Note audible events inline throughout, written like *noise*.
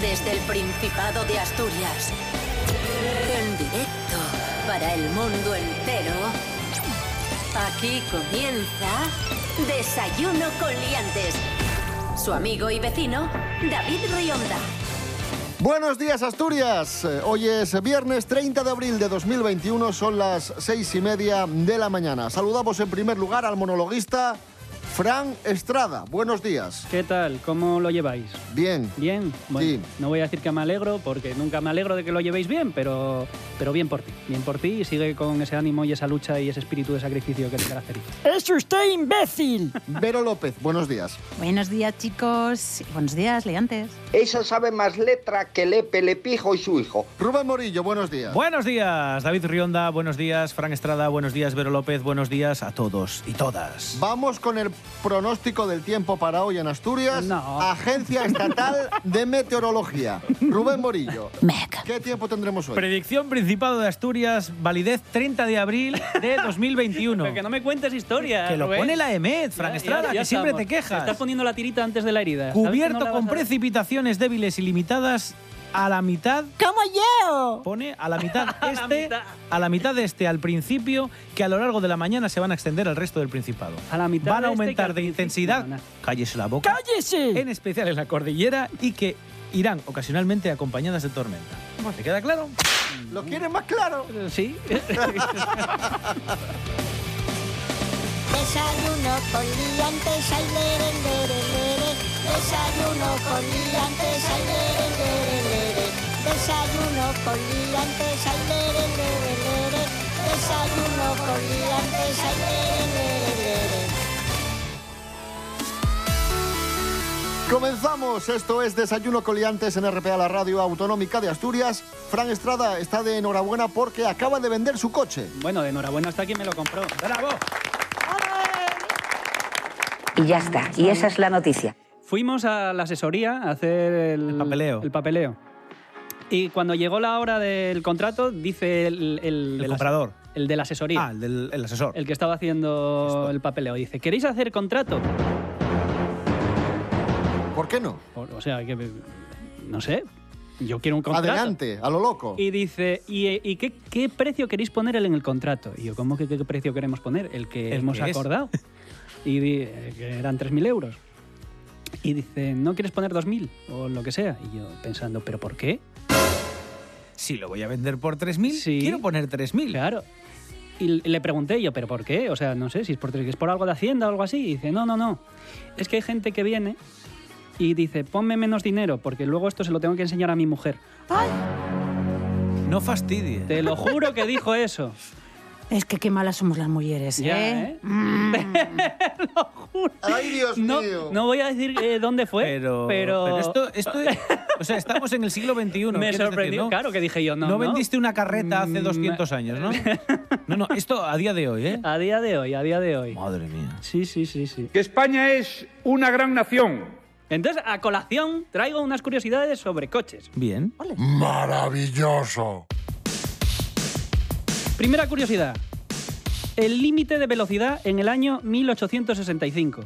Desde el Principado de Asturias. En directo para el mundo entero. Aquí comienza Desayuno con Liantes. Su amigo y vecino, David Rionda. Buenos días, Asturias. Eh, Hoy es viernes 30 de abril de 2021, son las seis y media de la mañana. Saludamos en primer lugar al monologuista Fran Estrada. Buenos días. ¿Qué tal? ¿Cómo lo lleváis? Bien. ¿Bien? Bueno, Sí. no voy a decir que me alegro, porque nunca me alegro de que lo llevéis bien, pero, pero bien por ti. Bien por ti y sigue con ese ánimo y esa lucha y ese espíritu de sacrificio que te caracteriza. ¡Es usted imbécil! Vero López, buenos días. Buenos días, chicos. Buenos días, Leantes. Ella sabe más letra que Lepe, Lepijo y su hijo. Rubén Morillo, buenos días. Buenos días, David Rionda, buenos días, Fran Estrada, buenos días, Vero López, buenos días a todos y todas. Vamos con el pronóstico del tiempo para hoy en Asturias. No. Agencia Estatal de Meteorología. Rubén Morillo. Mec. ¿Qué tiempo tendremos hoy? Predicción Principado de Asturias, validez 30 de abril *laughs* de 2021. Pero que no me cuentes historia. Que lo Rubén. pone la EMED, Fran Ya- Estrada, ya- ya que siempre estamos. te quejas. Estás poniendo la tirita antes de la herida. ¿Sabes que Cubierto no la con vas a- precipitaciones débiles y limitadas a la mitad. ¡Como yo! Pone a la *laughs* mitad este, a, la mitad. mitad. este al principio, que a lo largo de la mañana se van a extender al resto del Principado. A la mitad Van a de este aumentar que de al principio, intensidad. no, no. Cállese la boca. ¡Cállese! en especial en la cordillera y que irán ocasionalmente acompañadas de tormenta. ¿Te queda claro? ¿Lo quieres más claro? Sí. *laughs* Desayuno con liantes, ay, lere, lere, lere. Desayuno con liantes, ay, lere, lere, lere. Desayuno con liantes, ay, lere, lere, lere. Desayuno con liantes, ay, lere, lere, lere. Comenzamos, esto es Desayuno Coliantes en RPA, la radio autonómica de Asturias. Fran Estrada está de enhorabuena porque acaba de vender su coche. bueno, de enhorabuena hasta quien me lo compró. ¡Bravo! Y ya está, y esa es la noticia. Fuimos a la asesoría a hacer el, El papeleo. el papeleo. Y cuando llegó la hora del contrato, dice el, El de la- comprador. el de la asesoría, Ah, el, del, el asesor. el que estaba haciendo Esto. el papeleo, dice, ¿queréis hacer contrato? ¿Por qué no? O, o sea, que no sé, yo quiero un contrato. Adelante, a lo loco. Y dice, ¿y, eh, y qué, qué precio queréis poner en el contrato? Y yo, ¿cómo que qué precio queremos poner? El que El hemos que es. *laughs* acordado. Y di- eh, que eran 3.000 euros. Y dice, ¿no quieres poner 2.000? O lo que sea. Y yo pensando, ¿pero por qué? Si lo voy a vender por 3.000, Sí. quiero poner 3.000. Claro. Y l- le pregunté yo, ¿pero por qué? O sea, no sé si es por, que es por algo de Hacienda o algo así. Y dice, no, no, no. Es que hay gente que viene y dice, ponme menos dinero, porque luego esto se lo tengo que enseñar a mi mujer. No fastidie. Te lo juro que dijo eso. Es que qué malas somos las mujeres, Ya, ¿eh? ¿eh? Mm. ¡Ay, Dios No, mío! no voy a decir eh, dónde fue, Pero, pero, pero esto, esto es- O sea, estamos en el siglo XXI. me ¿quieres sorprendió. decir, no? Claro que dije yo, no. No, vendiste una carreta hace Mm, 200 años, ¿no? No, no, esto a día de *laughs* hoy, ¿eh? A día de hoy, a día de hoy. Madre mía. Sí, sí, sí, sí. que España es una gran nación. Entonces, a colación, traigo unas curiosidades sobre coches. Bien. Primera curiosidad. El límite de velocidad en el año 1865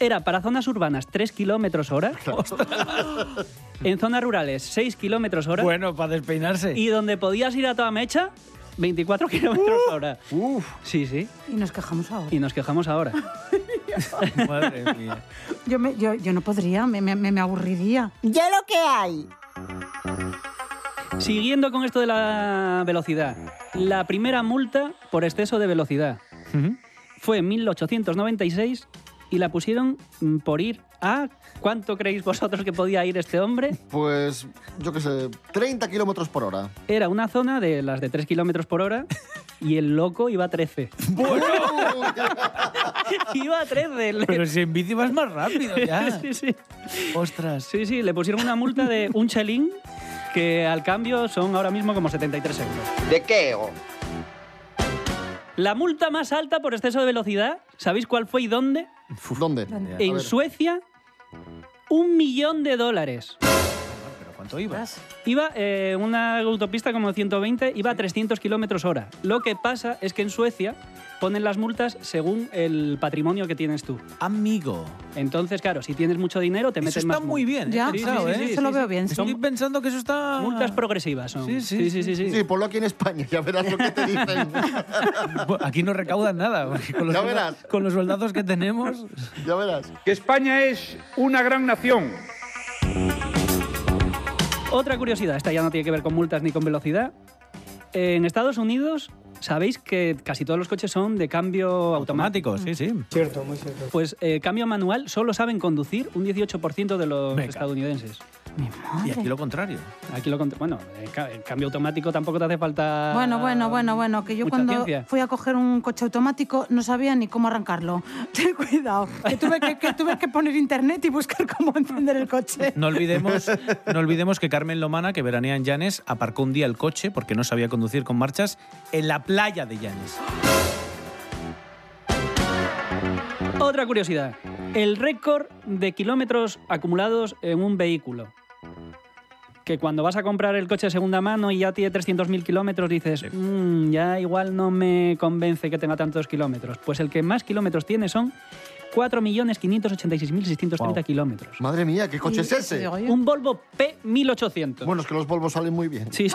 era para zonas urbanas 3 kilómetros hora, *laughs* en zonas rurales 6 kilómetros hora Bueno, para despeinarse. y donde podías ir a toda mecha 24 kilómetros hora. Uh. Uf, Sí, sí. Y nos quejamos ahora. Y nos quejamos ahora. Madre mía. Yo, me- yo, yo no podría, me, me- me aburriría. ¡Ya lo que hay! Siguiendo con esto de la velocidad, la primera multa por exceso de velocidad Ujú. fue en 1896 y la pusieron mm, por ir a... ¿Cuánto creéis vosotros que podía ir este hombre? pues yo qué sé, 30 kilómetros por hora. Era una zona de las de 3 kilómetros por hora y el loco iba *laughs* a 13. iba a 13. el- Pero si en bici vas más rápido ya. *laughs* sí, sí. Ostras. sí, sí, le pusieron una multa de un chelín que al cambio son ahora mismo como 73 euros. ¿De qué? oh? o? La multa más alta por exceso de velocidad, ¿sabéis cuál fue y dónde? *laughs* Uf, ¿Dónde? ¿Dónde? A En ver. Suecia, un millón de dólares. ¿Pero cuánto ibas? Iba eh, una autopista como 120, iba a 300 kilómetros hora. Lo que pasa es que en Suecia ponen las multas según el patrimonio que tienes tú. Amigo. Entonces, claro, si tienes mucho dinero, te Eso meten está más. muy multas. bien, eh, Ya, sí, claro, sí, ¿eh? sí, Eso sí, lo sí. veo bien. Estoy Son- pensando que eso está... Multas progresivas son. Sí, sí, sí, sí, sí. Sí, ponlo aquí en España, ya verás lo que te dicen. *laughs* *laughs* Bueno, Aquí no recaudan nada. *laughs* porque Con los, Ya suelda- verás. con los sueldazos que tenemos... ya verás. Que España es una gran nación. Otra curiosidad, esta ya no tiene que ver con multas ni con velocidad. En Estados Unidos sabéis que casi todos los coches son de cambio automático. Automáticos, sí, sí. Pues eh, cambio manual solo saben conducir un 18% de los Venga. estadounidenses. Mi Y madre. aquí lo contrario. Aquí lo cont- bueno, el, ca- el cambio automático tampoco te hace falta. Bueno, bueno, bueno, bueno, que Ah, yo mucha cuando ciencia. fui a coger un coche automático no sabía ni cómo arrancarlo. *laughs* Ten cuidado, que tuve que, que tuve que poner internet y buscar cómo encender el coche. No olvidemos, no olvidemos que Carmen Lomana, que veranea en Llanes, aparcó un día el coche porque no sabía conducir con marchas en la playa de Llanes. Otra curiosidad, el récord de kilómetros acumulados en un vehículo. Que cuando vas a comprar el coche de segunda mano y ya tiene 300.000 kilómetros, dices, "Mm, ya igual no me convence que tenga tantos kilómetros. Pues el que más kilómetros tiene son 4.586.630 Guau. kilómetros. Madre mía, ¿qué coche es Y- ese? digo yo, Un Volvo P1800. Bueno, es que los Volvos salen muy bien. *laughs* Sí, *laughs* sí.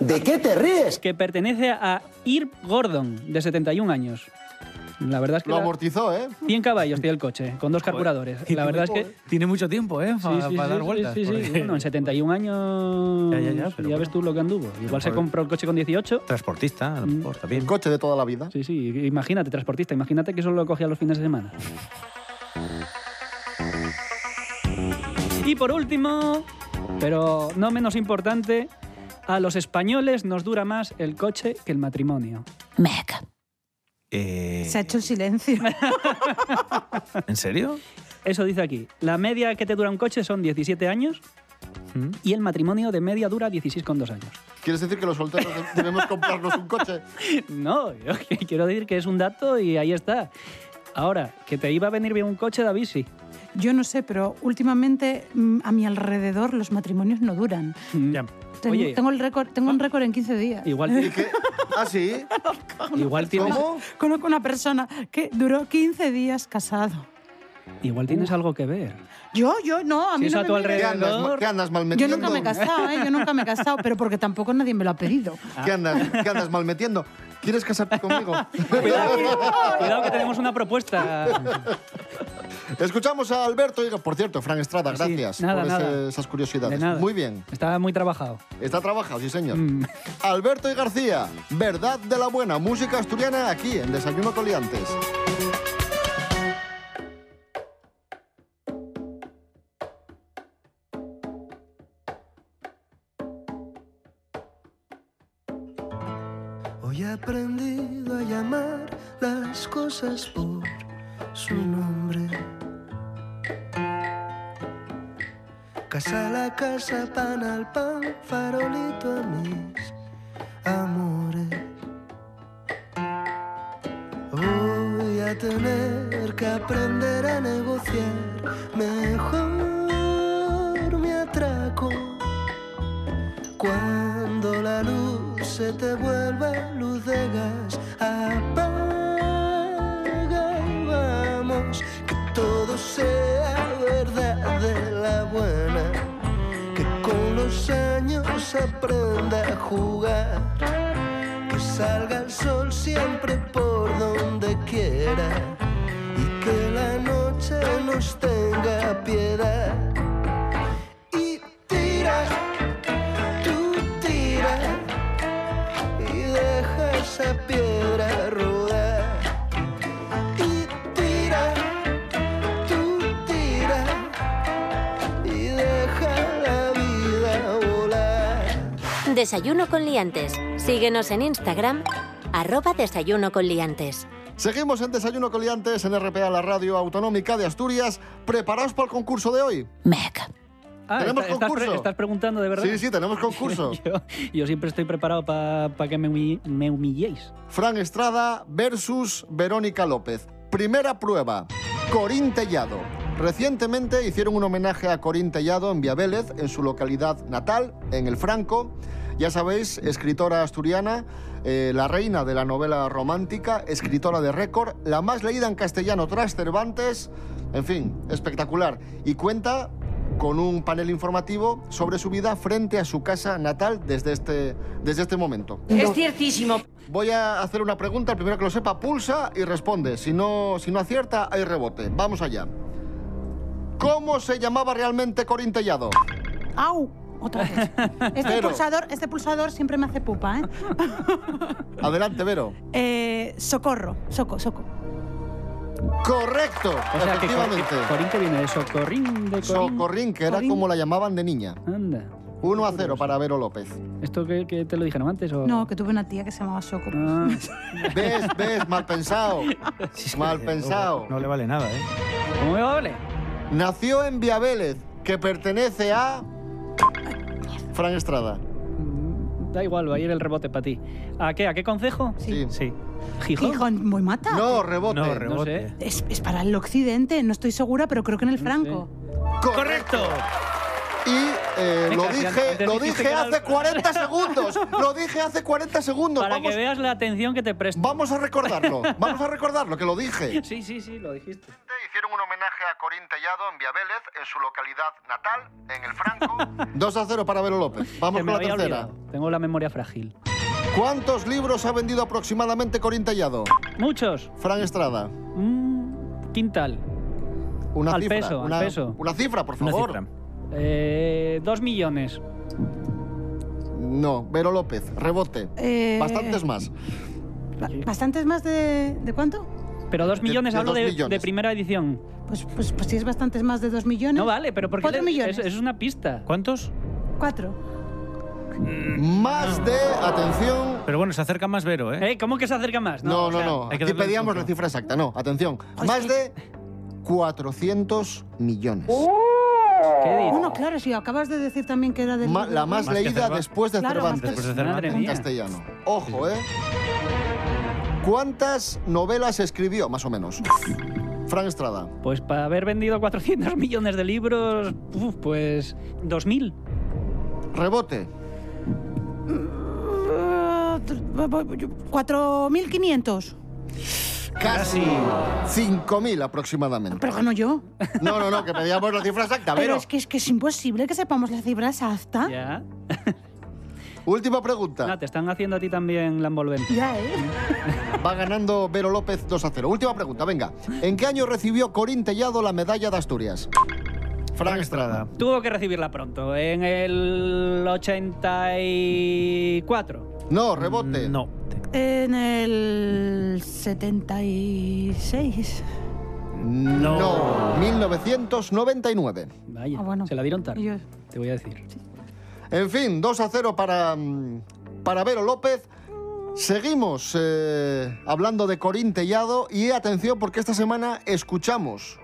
¿De qué te ríes? que pertenece a Irv Gordon, de 71 años. La verdad es que Lo la- amortizó, ¿eh? 100 caballos tiene el coche, con dos carburadores. La verdad es que... Tiene mucho tiempo, ¿eh? Para dar vueltas. sí, sí. porque- Bueno, en 71 años. Ya, Ya, ya, ya, pero ves bueno. tú lo que anduvo. Igual se Joder. compró el coche con 18. Transportista, a lo mejor, también. El coche de toda la vida. Sí, sí, imagínate, transportista, imagínate que solo lo cogía los fines de semana. Y por último, pero no menos importante, a los españoles nos dura más el coche que el matrimonio. Mec. Eh, Se ha hecho el silencio. *laughs* ¿En serio? Eso dice aquí, la media que te dura un coche son 17 años Mm. y el matrimonio de media dura 16,2 años. *laughs* ¿Quieres decir que los solteros debemos comprarnos un coche? No, yo que quiero decir que es un dato y ahí está. Ahora, que te iba a venir bien un coche, David, sí. Yo no sé, pero últimamente mm, a mi alrededor los matrimonios no duran. Ya. Tengo, Oye. tengo el récord, tengo un récord en 15 días. ¿Y Igual, qué? ¿Ah, sí? *laughs* igual tienes, ¿Cómo? Conozco una persona que duró 15 días casado. igual tienes algo que *laughs* ver. Yo, yo, no, a Si mí es no a me tu mires. ¿Qué alrededor, andas, ma- qué andas Yo malmetiendo? nunca me he casado, ¿eh? Yo nunca me he casado, pero porque tampoco nadie me lo ha pedido. Ah. ¿Qué andas, qué andas malmetiendo? ¿Quieres *laughs* casarte conmigo? *laughs* Cuidado que tenemos una propuesta. Escuchamos a Alberto. Oiga, Por cierto, Fran Estrada, Sí, gracias nada, por ese- nada. esas curiosidades. De nada. Muy bien. Está muy trabajado. Está trabajado, sí, señor. Mm. Alberto y García, Verdad de la Buena, música asturiana aquí en Desayuno Coliantes. Hoy he aprendido a llamar las cosas por su nombre. Casa a la casa, pan al pan, farolito a mis amores. Voy a tener que aprender a negociar mejor mi atraco. Cuando la luz se te vuelva luz de gas, apaga y vamos. Que todo sea verdad de la buena. Que con los años aprenda a jugar. Que salga el sol siempre por donde quiera. Y que la noche nos tenga piedad. Y tira tú tira y deja esa piedra rodar. Y tira, tú tira y deja la vida volar. Desayuno con liantes. Síguenos en Instagram, arroba desayuno con liantes. Seguimos en Desayuno Coliantes en RPA, la radio autonómica de Asturias. ¿Preparaos para el concurso de hoy? Mec. Ah, Tenemos estás, concurso. pre- estás preguntando de verdad. *laughs* Sí, sí, tenemos concurso. Yo, yo siempre estoy preparado para que me, humille- me humilléis. Fran Estrada versus Verónica López. Primera prueba, Corín Tellado. Recientemente hicieron un homenaje a Corín Tellado en Viabélez, en su localidad natal, en El Franco. Ya sabéis, escritora asturiana, eh, la reina de la novela romántica, escritora de récord, la más leída en castellano tras Cervantes, en fin, espectacular. Y cuenta con un panel informativo sobre su vida frente a su casa natal desde este, desde este momento. Es ciertísimo. Voy a hacer una pregunta, el primero que lo sepa pulsa y responde. Si no, si no acierta, hay rebote. Vamos allá. ¿Cómo se llamaba realmente Corín Tellado? ¡Au! Otra vez. Este, Pero- pulsador, este pulsador siempre me hace pupa, ¿eh? Adelante, Vero. Eh, socorro, soco, soco. Correcto, O sea, que Cor- efectivamente. Corín que viene de Socorrín de Corín. Socorrín, que era Corín. como la llamaban de niña. Anda. 1 a 0 para Vero López. ¿Esto que, que te lo dijeron antes? O... No, que tuve una tía que se llamaba Soco. Ah. ¿Ves? ¿Ves? Mal pensado. Mal pensado. No le vale nada, ¿eh? ¿Cómo me vale? Nació en Viabélez, que pertenece a... Fran Estrada. Da igual, va a ir el rebote para ti. ¿A qué? ¿A qué concejo? Sí. Sí. ¿Gijón? Gijón, muy mata. No, rebote. No, No rebote. sé. Es, es para el occidente, no estoy segura, pero creo que en el Franco. ¡Correcto! Y eh, Venga, lo si dije, antes lo dijiste dije que era hace el- 40 segundos. Lo dije hace 40 segundos. Para Vamos, que veas la atención que te presto. vamos a recordarlo. Vamos a recordarlo, que lo dije. Sí, sí, sí, lo dijiste. Hicieron un homenaje a Corín Tellado en Viabélez, en su localidad natal, en el Franco. 2 a 0 para Vero López. Que Vamos con me la había tercera. olvidado. Tengo la memoria frágil. ¿Cuántos libros ha vendido aproximadamente Corín Tellado? Muchos. Fran Estrada. Mm, quintal. Una Al cifra. peso, al una, peso. una cifra, por Una favor. cifra. Eh, dos millones. No, Vero López, rebote. Eh, Bastantes más. ba- ¿Bastantes más de, de cuánto? Pero dos De- millones, de hablo dos de, millones. de primera edición. Pues, pues, pues si es bastantes más de dos millones. No vale, pero porque Cuatro le- millones. Es, es una pista. ¿Cuántos? Cuatro. Más de, atención. Pero bueno, se acerca más Vero, ¿eh? Eh, ¿Cómo que se acerca más? No, o no, sea, no. hay que Aquí darle un pedíamos truco. la cifra exacta. No, atención. Más de 400 millones. ¿Qué dices? Bueno, claro, si acabas de decir también que era de. Ma- la más Más que leída Cervantes. después de Claro, más que Cervantes. Después de Madre Cervantes. en mía. castellano. Ojo, ¿eh? ¿Cuántas novelas escribió, más o menos? Frank Estrada. Pues para haber vendido 400 *laughs* millones de libros, uf, pues 2.000. Rebote. Cuatro mil quinientos. Casi 5.000 aproximadamente. Pero gano yo. No, no, no, que pedíamos la cifra exacta, *laughs* Pero pero... es que, es que es imposible que sepamos la cifra exacta. Ya, Ah. Ya. Última No, pregunta. te están haciendo a ti también la envolvente. ¿eh? Va ganando Vero López 2 a 0. Última pregunta, venga. ¿En qué año recibió Corín Tellado la medalla de Asturias? Frank Estrada. Tuvo que recibirla pronto, en el 84. Mm, No, rebote. No. En el 76. No. 1999. Vaya, Ah, bueno. se la dieron tarde. Yo- Te voy a decir. En fin, 2 a 0 para, mm, para Vero López. Seguimos eh, hablando de Corín Tellado y atención porque esta semana escuchamos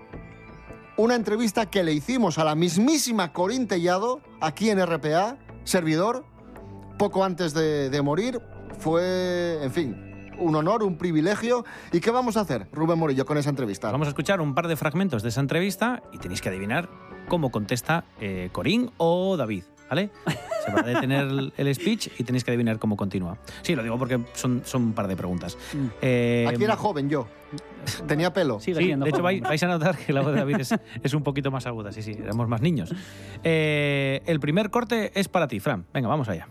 una entrevista que le hicimos a la mismísima Corín Tellado aquí en RPA, servidor, poco antes de, de morir. Fue, en fin, un honor, un privilegio. ¿Y qué vamos a hacer, Rubén Morillo, con esa entrevista? Vamos a escuchar un par de fragmentos de esa entrevista y tenéis que adivinar cómo contesta eh, Corín o David, ¿vale? Se va a detener el- el speech y tenéis que adivinar cómo continúa. Sí, lo digo porque son, son un par de preguntas. Eh, Aquí era *laughs* joven yo, tenía pelo. Sigue Sí, siendo de hecho joven, vais, vais a notar que la voz de David es, es un poquito más aguda, sí, sí, éramos más niños. Eh, el primer corte es para ti, Fran. Venga, vamos allá.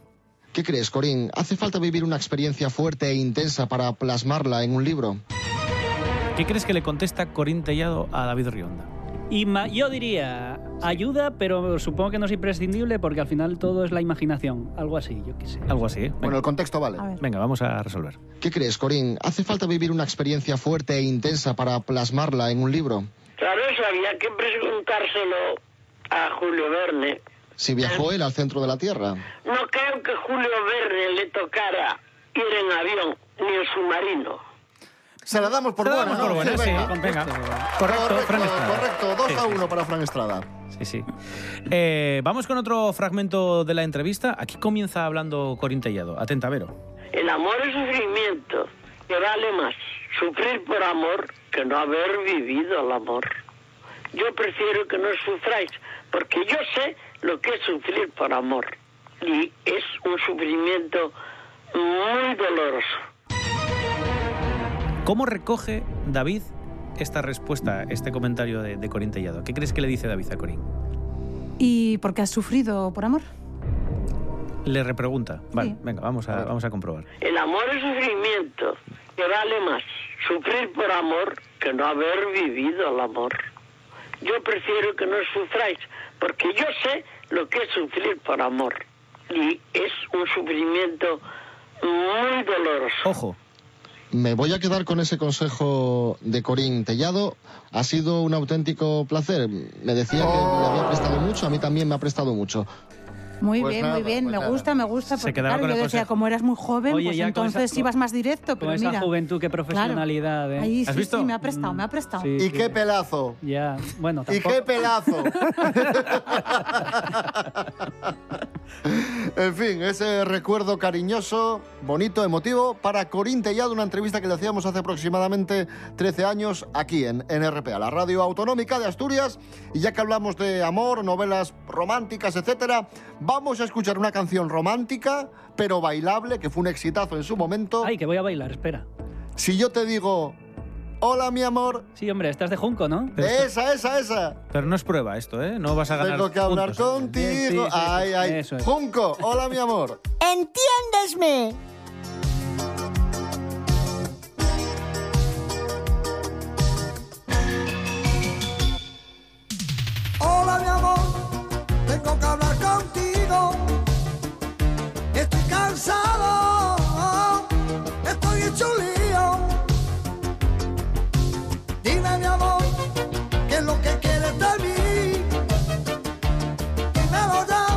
¿Qué crees, Corín? ¿Hace falta vivir una experiencia fuerte e intensa para plasmarla en un libro? ¿Qué crees que le contesta Corín Tellado a David Rionda? Y ma- yo diría, ayuda, pero supongo que no es imprescindible porque al final todo es la imaginación. Algo así, yo qué sé. Algo así, ¿eh? Bueno, Venga, el contexto vale. A ver. venga, vamos a resolver. ¿Qué crees, Corín? ¿Hace falta vivir una experiencia fuerte e intensa para plasmarla en un libro? ¿Sabes? Había que preguntárselo a Julio Verne. Si viajó él al centro de la Tierra. No creo que Julio Verne le tocara ir en avión ni en submarino. Se la damos por Se la buena, damos por ¿no? buena, Sí, sí, venga. venga. Correcto, Correcto, Fran Estrada. correcto. 2 Sí, a sí, 1 para Fran Estrada. Sí, sí. Eh, vamos con otro fragmento de la entrevista. Aquí comienza hablando Corín Tellado. Atenta, Vero. El amor es sufrimiento, que vale más sufrir por amor que no haber vivido el amor. Yo prefiero que no sufráis, porque yo sé lo que es sufrir por amor. Y es un sufrimiento muy doloroso. ¿Cómo recoge David esta respuesta, este comentario de, de Corín Tellado? ¿Qué crees que le dice David a Corín? ¿Y por qué has sufrido por amor? Le repregunta. Vale, venga, vamos a, vamos a comprobar. El amor es sufrimiento, que vale más sufrir por amor que no haber vivido el amor. Yo prefiero que no sufráis, porque yo sé lo que es sufrir por amor. Y es un sufrimiento muy doloroso. Ojo. Me voy a quedar con ese consejo de Corín Tellado. Ha sido un auténtico placer. Me decía que le había prestado mucho, a mí también me ha prestado mucho. Muy Pues bien, nada, muy bien. pues me nada. gusta, me gusta. Se Porque quedaron claro, con yo el decía, consejo. como eras muy joven, Oye, pues ya con entonces esa- ibas más directo. Pero Con esa mira, juventud, qué profesionalidad. ¿eh? Mm. Ahí sí, sí, me ha prestado, me ha prestado. Sí, sí. pelazo. Ya, bueno, ¿Y tampoco. qué pelazo? *laughs* en fin, ese recuerdo cariñoso, bonito, emotivo para Corín Tellado, una entrevista que le hacíamos hace aproximadamente 13 años aquí en NRPA, la radio autonómica de Asturias. Y ya que hablamos de amor, novelas románticas, etcétera, vamos a escuchar una canción romántica, pero bailable, que fue un exitazo en su momento. Ay, que voy a bailar, espera. Si yo te digo, hola mi amor, Sí, hombre, estás de junco, ¿no? esa, esa, esa. Pero no es prueba esto, ¿eh? No vas a ganar. Tengo que hablar puntos. contigo. Sí, sí, sí, ay, ay. eso es. Junco, hola mi amor. ¡Entiéndesme! Hola mi amor, tengo que hablar contigo. Estoy cansado, estoy hecho un lío. Dime mi amor, ¿qué es lo que quieres de mí? Dímelo ya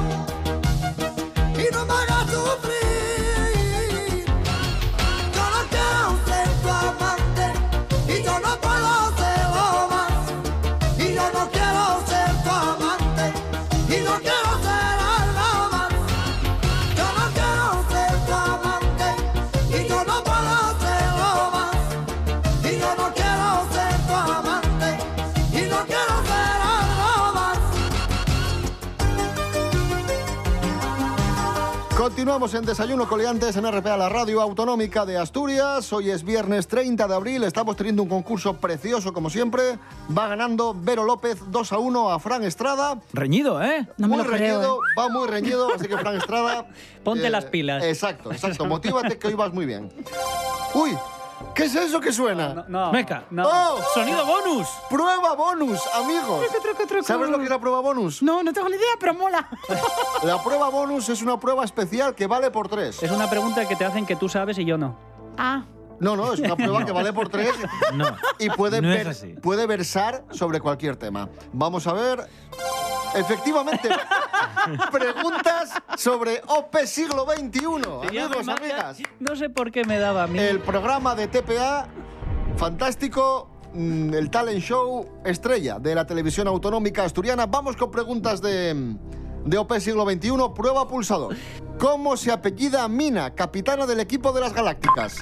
y no me hagas sufrir. Yo no quiero ser tu amante y yo no puedo serlo más. Y yo no quiero ser tu amante Y no quiero ser algo más Yo no quiero ser tu amante Y yo no puedo serlo más Y yo no quiero ser tu amante Y no quiero ser algo más Continuamos en Desayuno Coleantes en RPA, la radio autonómica de Asturias. Hoy es viernes 30 de abril. Estamos teniendo un concurso precioso, como siempre. Va ganando Vero López 2 a 1 a Fran Estrada. Reñido, ¿eh? muy reñido, va muy reñido, así que Fran Estrada. *laughs* Ponte eh, las pilas. *laughs* Exacto, exacto. Motívate que hoy vas muy bien. ¡Uy! ¿Qué es eso que suena? No. Meca. No. ¡Oh! Sonido bonus. Prueba bonus, amigos. Truco, truco, truco. ¿Sabes lo que es la prueba bonus? No, no tengo ni idea, pero mola. La prueba bonus es una prueba especial que vale por tres. Es una pregunta que te hacen que tú sabes y yo no. Ah, No, no, es *laughs* una prueba que vale por tres *laughs* No. y puede, *laughs* No es ver- así. puede versar sobre cualquier tema. Vamos a ver. *laughs* Efectivamente, preguntas sobre OP siglo XXI. Tenía Amigos, remate, amigas. No sé por qué me daba a mí. El programa de TPA, fantástico. mm, El talent show estrella de la televisión autonómica asturiana. Vamos con preguntas de, mm, de OP siglo XXI. Prueba pulsador. ¿Cómo se apellida Mina, capitana del equipo de las Galácticas?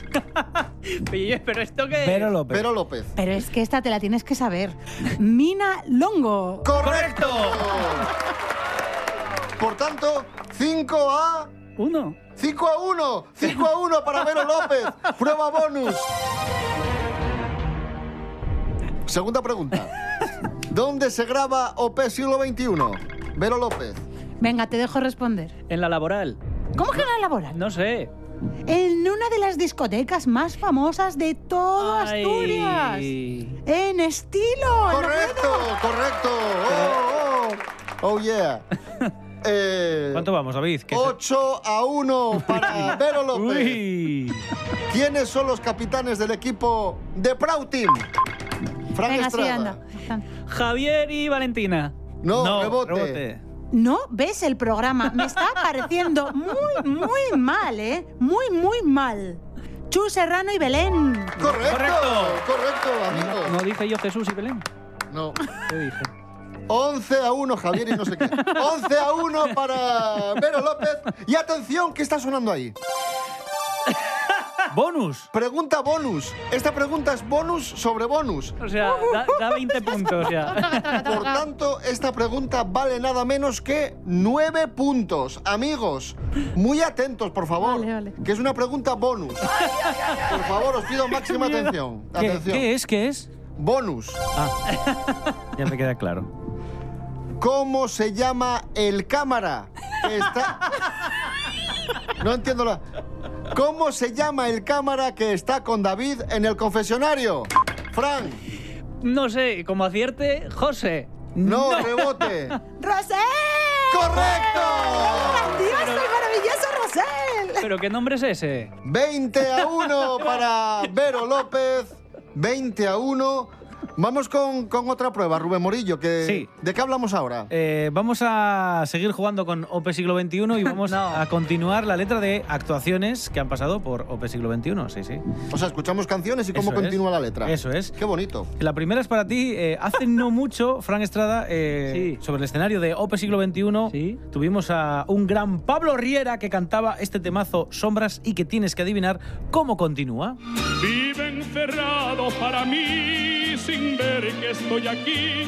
Oye, Pero esto que. Pero López. Pero López. pero es que esta te la tienes que saber. Mina Longo. ¡Correcto! Por tanto, 5 a. Uno. 5 a 1. 5 a 1 para Vero López. Prueba bonus. Segunda pregunta. ¿Dónde se graba OP siglo XXI? Vero López. Venga, te dejo responder. En la laboral. ¿Cómo que la laboral? No sé. En una de las discotecas más famosas de todo Ay. Asturias. En estilo. en lo Correcto, correcto. Oh, oh, oh yeah. Eh, ¿Cuánto vamos, David? ¿Qué- 8 a 1 para Vero López. Uy. ¿Quiénes son los capitanes del equipo de Proud Team? Frank Venga, sí, Estrada. anda. *laughs* Javier y Valentina. No, No, rebote. rebote. No ves el programa. Me está pareciendo muy, muy mal, ¿eh? Muy, muy mal. Chu Serrano y Belén. Correcto, correcto, Correcto. amigo. No dije yo Jesús y Belén. No. ¿Qué dije? 11 a 1, Javier, y no sé qué. 11 a 1 para Vero López. Y atención, ¿qué está sonando ahí? Bonus. Pregunta bonus. Esta pregunta es bonus sobre bonus. O sea, da, da *laughs* 20 puntos ya. Por tanto, esta pregunta vale nada menos que 9 puntos. Amigos, muy atentos, por favor. Vale, vale. Que es una pregunta bonus. Por favor, os pido máxima miedo. atención. ¿Qué- atención. qué es? ¿Qué es? Bonus. Ya me queda claro. ¿Cómo se llama el cámara? que está... No entiendo la... ¿Cómo se llama el cámara que está con David en el confesionario? Fran. No sé, como acierte, José. No, rebote. ¡Rosel! ¡Correcto! ¡Grandioso y maravilloso Rosel! ¿Pero qué nombre es ese? 20 a 1 para Vero López. 20 a 1. Vamos con, con otra prueba, Rubén Morillo. Que, Sí. ¿De qué hablamos ahora? Eh, vamos a seguir jugando con OP Siglo XXI y vamos a continuar la letra de actuaciones que han pasado por OP Siglo XXI. Sí, sí. O sea, escuchamos canciones y cómo Eso es. continúa la letra. Eso es. Qué bonito. La primera es para ti. Eh, hace no mucho, Fran Estrada, eh, sobre el escenario de OPE Siglo XXI, tuvimos a un gran Pablo Riera que cantaba este temazo Sombras y que tienes que adivinar cómo continúa. Vive encerrado para mí sin ver que estoy aquí,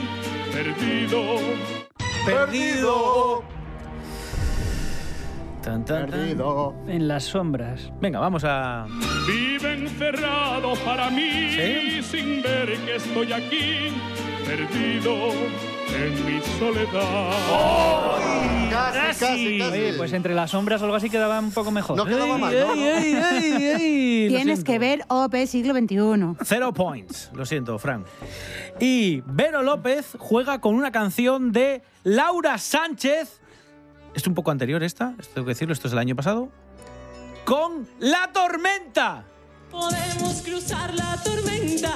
perdido. Perdido. Perdido. En las sombras. Venga, vamos a. Vive encerrado para mí sin ver que estoy aquí, perdido en mi soledad. Casi, casi, casi. Oye, pues entre las sombras o algo así quedaba un poco mejor. No quedaba Ey, mal, ey, no, no. ey, ey, ey, lo Tienes siento. que ver OP siglo XXI. Zero points. Lo siento, Fran. Y Vero López juega con una canción de Laura Sánchez. Es un poco anterior esta, esto tengo que decirlo, esto es el año pasado. Con La Tormenta. Podemos cruzar la tormenta,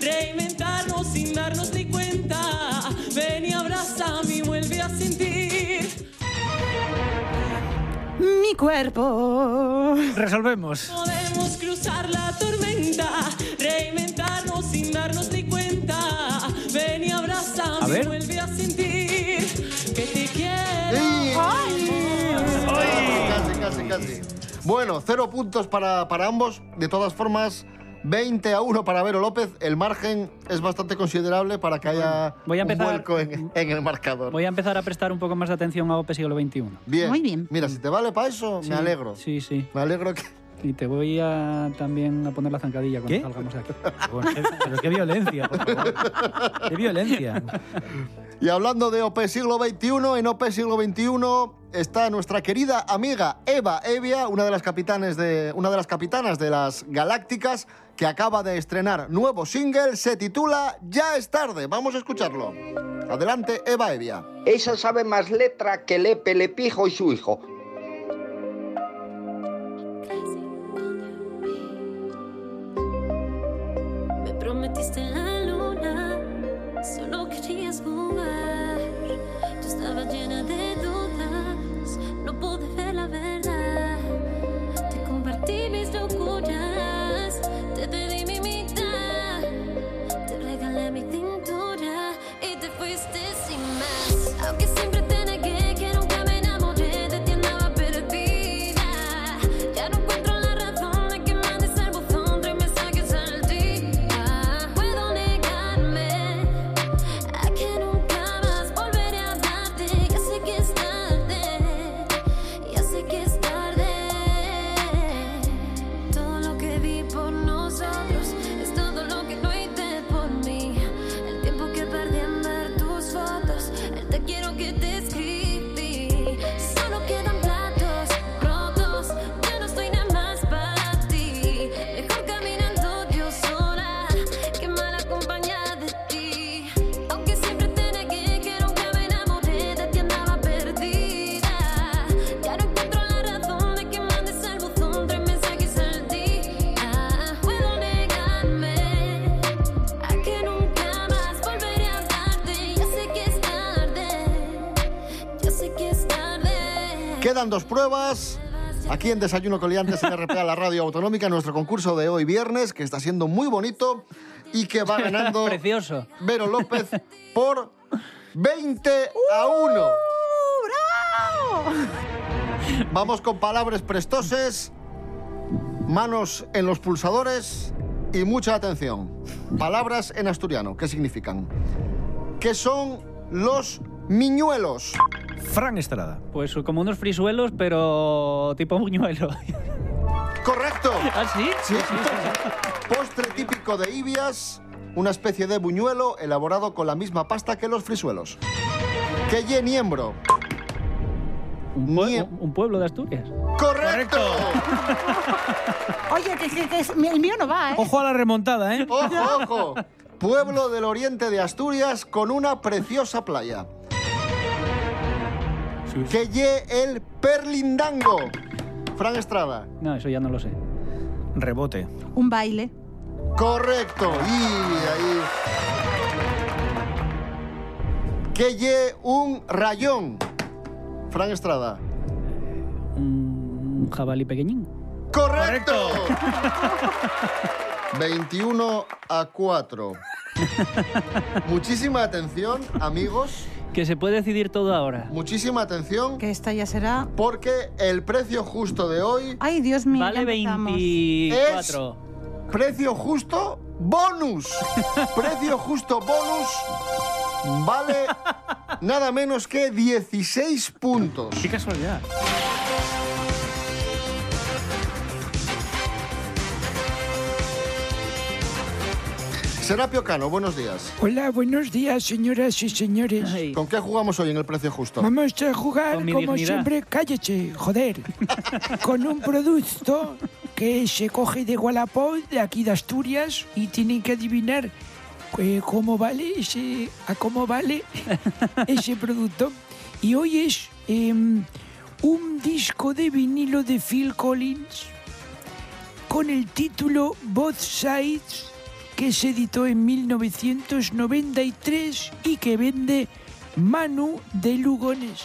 reinventarnos sin darnos ni cuenta. Ven y abrázame y vuelve a sentir. Mi cuerpo. *laughs* Resolvemos. Podemos cruzar la tormenta, reinventarnos sin darnos ni cuenta. Ven y A abrázame y ver. vuelve a sentir que te quiero. Casi, casi, casi. Bueno, cero puntos para, para ambos. De todas formas, 20 a 1 para Vero López. El margen es bastante considerable para que haya Voy a un empezar- vuelco en, en el marcador. Voy a empezar a prestar un poco más de atención a OPE siglo XXI. Bien. Muy bien. Mira, si te vale para eso, Sí, me alegro. Sí, sí. Me alegro que... Y te voy a también a poner la zancadilla cuando salgamos de aquí. Bueno, qué- pero qué violencia, por favor. Qué violencia. Y hablando de OP siglo XXI, en OP siglo XXI está nuestra querida amiga Eva Evia, una de las capitanes de una de las capitanas de las Galácticas que acaba de estrenar nuevo single, se titula Ya es tarde. Vamos a escucharlo. Adelante Eva Evia. Esa sabe más letra que Lepe, Lepijo y su hijo. Me prometiste en la luna, solo querías jugar. Tú estabas llena de dudas, no pude ver la verdad. Te compartí mis locuras, te pedí mi mitad, te regalé mi tintura y te fuiste sin más. Aunque siempre te negué que nunca me enamoré de ti, andaba perdida. Ya no encuentro la razón de que mandes al buzón tres mensajes al día. Puedo negarme a que nunca más volveré a darte. Ya sé que es tarde, ya sé que es tarde. Todo lo que vi por nosotros es todo lo que no hice por mí. El tiempo que perdí en ver tus fotos, el te quiero que te escribí. Solo quedan platos rotos, yo no estoy nada más para ti. Mejor caminando yo sola que mal acompañada de ti. Aunque siempre te negué que nunca me enamoré de ti, andaba perdida. Ya no encuentro la razón de que mandes al buzón tres mensajes al día. Puedo negarme a que nunca más volveré a darte. Ya sé que es tarde, ya sé que es tarde. Quedan dos pruebas. Aquí en Desayuno Coliantes en RPA, la radio autonómica, nuestro concurso de hoy viernes, que está siendo muy bonito y que va ganando Precioso. Vero López por 20 a 1. Vamos con palabras prestoses. manos en los pulsadores y mucha atención. Palabras en asturiano, ¿qué significan? ¿Qué son los miñuelos? Fran Estrada. Pues como unos frisuelos, pero tipo muñuelo. ¡Correcto! *laughs* ¿Ah, sí? Sí. Postre típico de Ibias, una especie de buñuelo elaborado con la misma pasta que los frisuelos. Que ye niembro. Un, pue- un pueblo de Asturias. ¡Correcto! Oye, que- que- que es- el mío no va, ¿eh? Ojo a la remontada, Oh. ¿eh? ¡Ojo, ojo! Pueblo del oriente de Asturias con una preciosa playa. Que ye el perlindango. Fran Estrada. No, eso ya no lo sé. Rebote. Un baile. Correcto. Y ahí. Que lle un rayón. Fran Estrada. Un jabalí pequeñín. Correcto. 21 a 4. Muchísima atención, amigos. Que se puede decidir todo ahora. Muchísima atención Que esta ya será. porque el precio justo de hoy, Ay, Dios mío. Vale ya empezamos. 24. precio justo *laughs* bonus. Precio justo bonus vale nada menos que 16 puntos. Qué casualidad. Serapio Cano, buenos días. Hola, buenos días, señoras y señores. ¿Con qué jugamos hoy en el precio justo? Vamos a jugar, Con mi como dignidad. siempre, cállese, *laughs* joder, con un producto que se coge de Wallapop, de aquí de Asturias, y tienen que adivinar eh, cómo vale ese, a cómo vale ese producto. Y hoy es eh, un disco de vinilo de Phil Collins con el título Both Sides, que se editó en 1993 y que vende Manu de Lugones.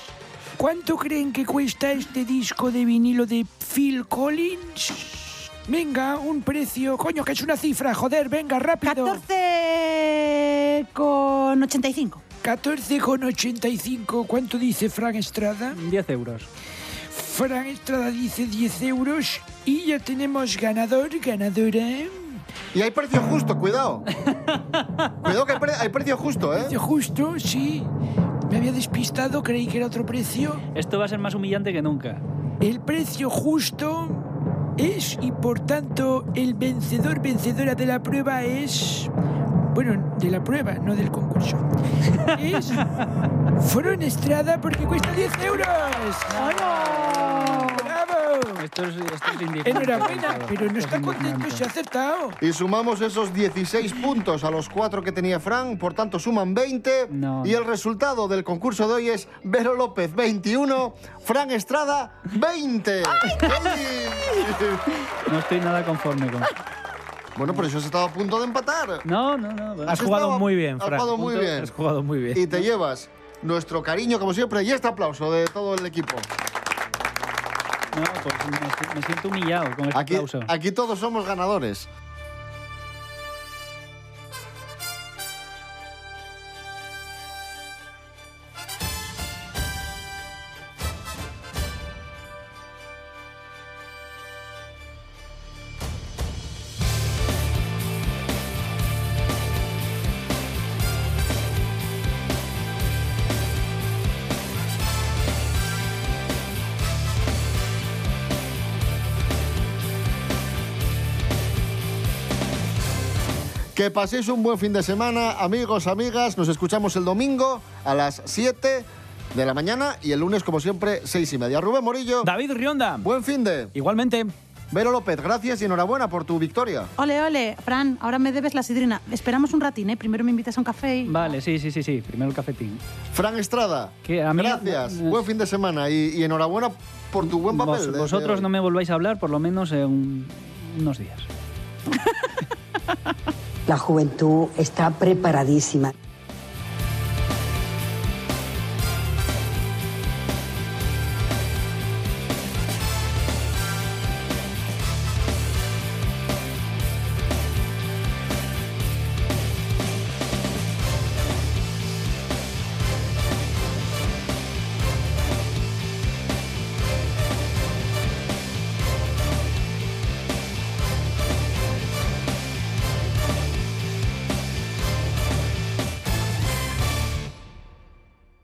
¿Cuánto creen que cuesta este disco de vinilo de Phil Collins? Venga, un precio. Coño, que es una cifra, joder, venga, rápido. 14 con 85. 14,85. ¿Cuánto dice Frank Estrada? 10 euros. Fran Estrada dice 10 euros y ya tenemos ganador, ganadora. Y hay precio justo, *laughs* cuidado. cuidado que hay, pre- hay precio justo, ¿eh? Precio justo, sí. Me había despistado, creí que era otro precio. Esto va a ser más humillante que nunca. El precio justo es, y por tanto, el vencedor, vencedora de la prueba es. Bueno, de la prueba, no del concurso. Es. Fueron Estrada porque cuesta 10 euros. ¡Bravo! Esto es, esto es indignante. Enhorabuena, Esto es pero no está contento, indignante. se ha acertado. Y sumamos esos 16 puntos a los 4 que tenía Fran, por tanto suman 20. No. Y el resultado del concurso de hoy es Vero López 21, Fran Estrada 20. ¡Ey! No estoy nada conforme con. bueno, pero eso has estado a punto de empatar. No, no, no. bueno. Has jugado estado- muy bien, has Fran. jugado muy bien. Has jugado muy bien. Y te llevas nuestro cariño, como siempre, y este aplauso de todo el equipo. Este No, pues me, si- me siento humillado con este Aquí, aplauso. aquí todos somos ganadores. Que paséis un buen fin de semana, amigos, amigas. Nos escuchamos el domingo a las 7 de la mañana y el lunes, como siempre, 6 y media. Rubén Morillo, David Rionda. buen fin de. Igualmente. Vero López, gracias y enhorabuena por tu victoria. Ole, ole, Fran, ahora me debes la sidrina. Esperamos un ratín, ¿eh? Primero me invitas a un café y... Vale, sí, sí, sí, sí. Primero el cafetín. Fran Estrada, Que a mí- eh, gracias, buen fin de semana y, y enhorabuena por tu buen papel. eh, Vos- de- de vosotros hoy. no me volváis a hablar por lo menos en un- unos días. La juventud está preparadísima.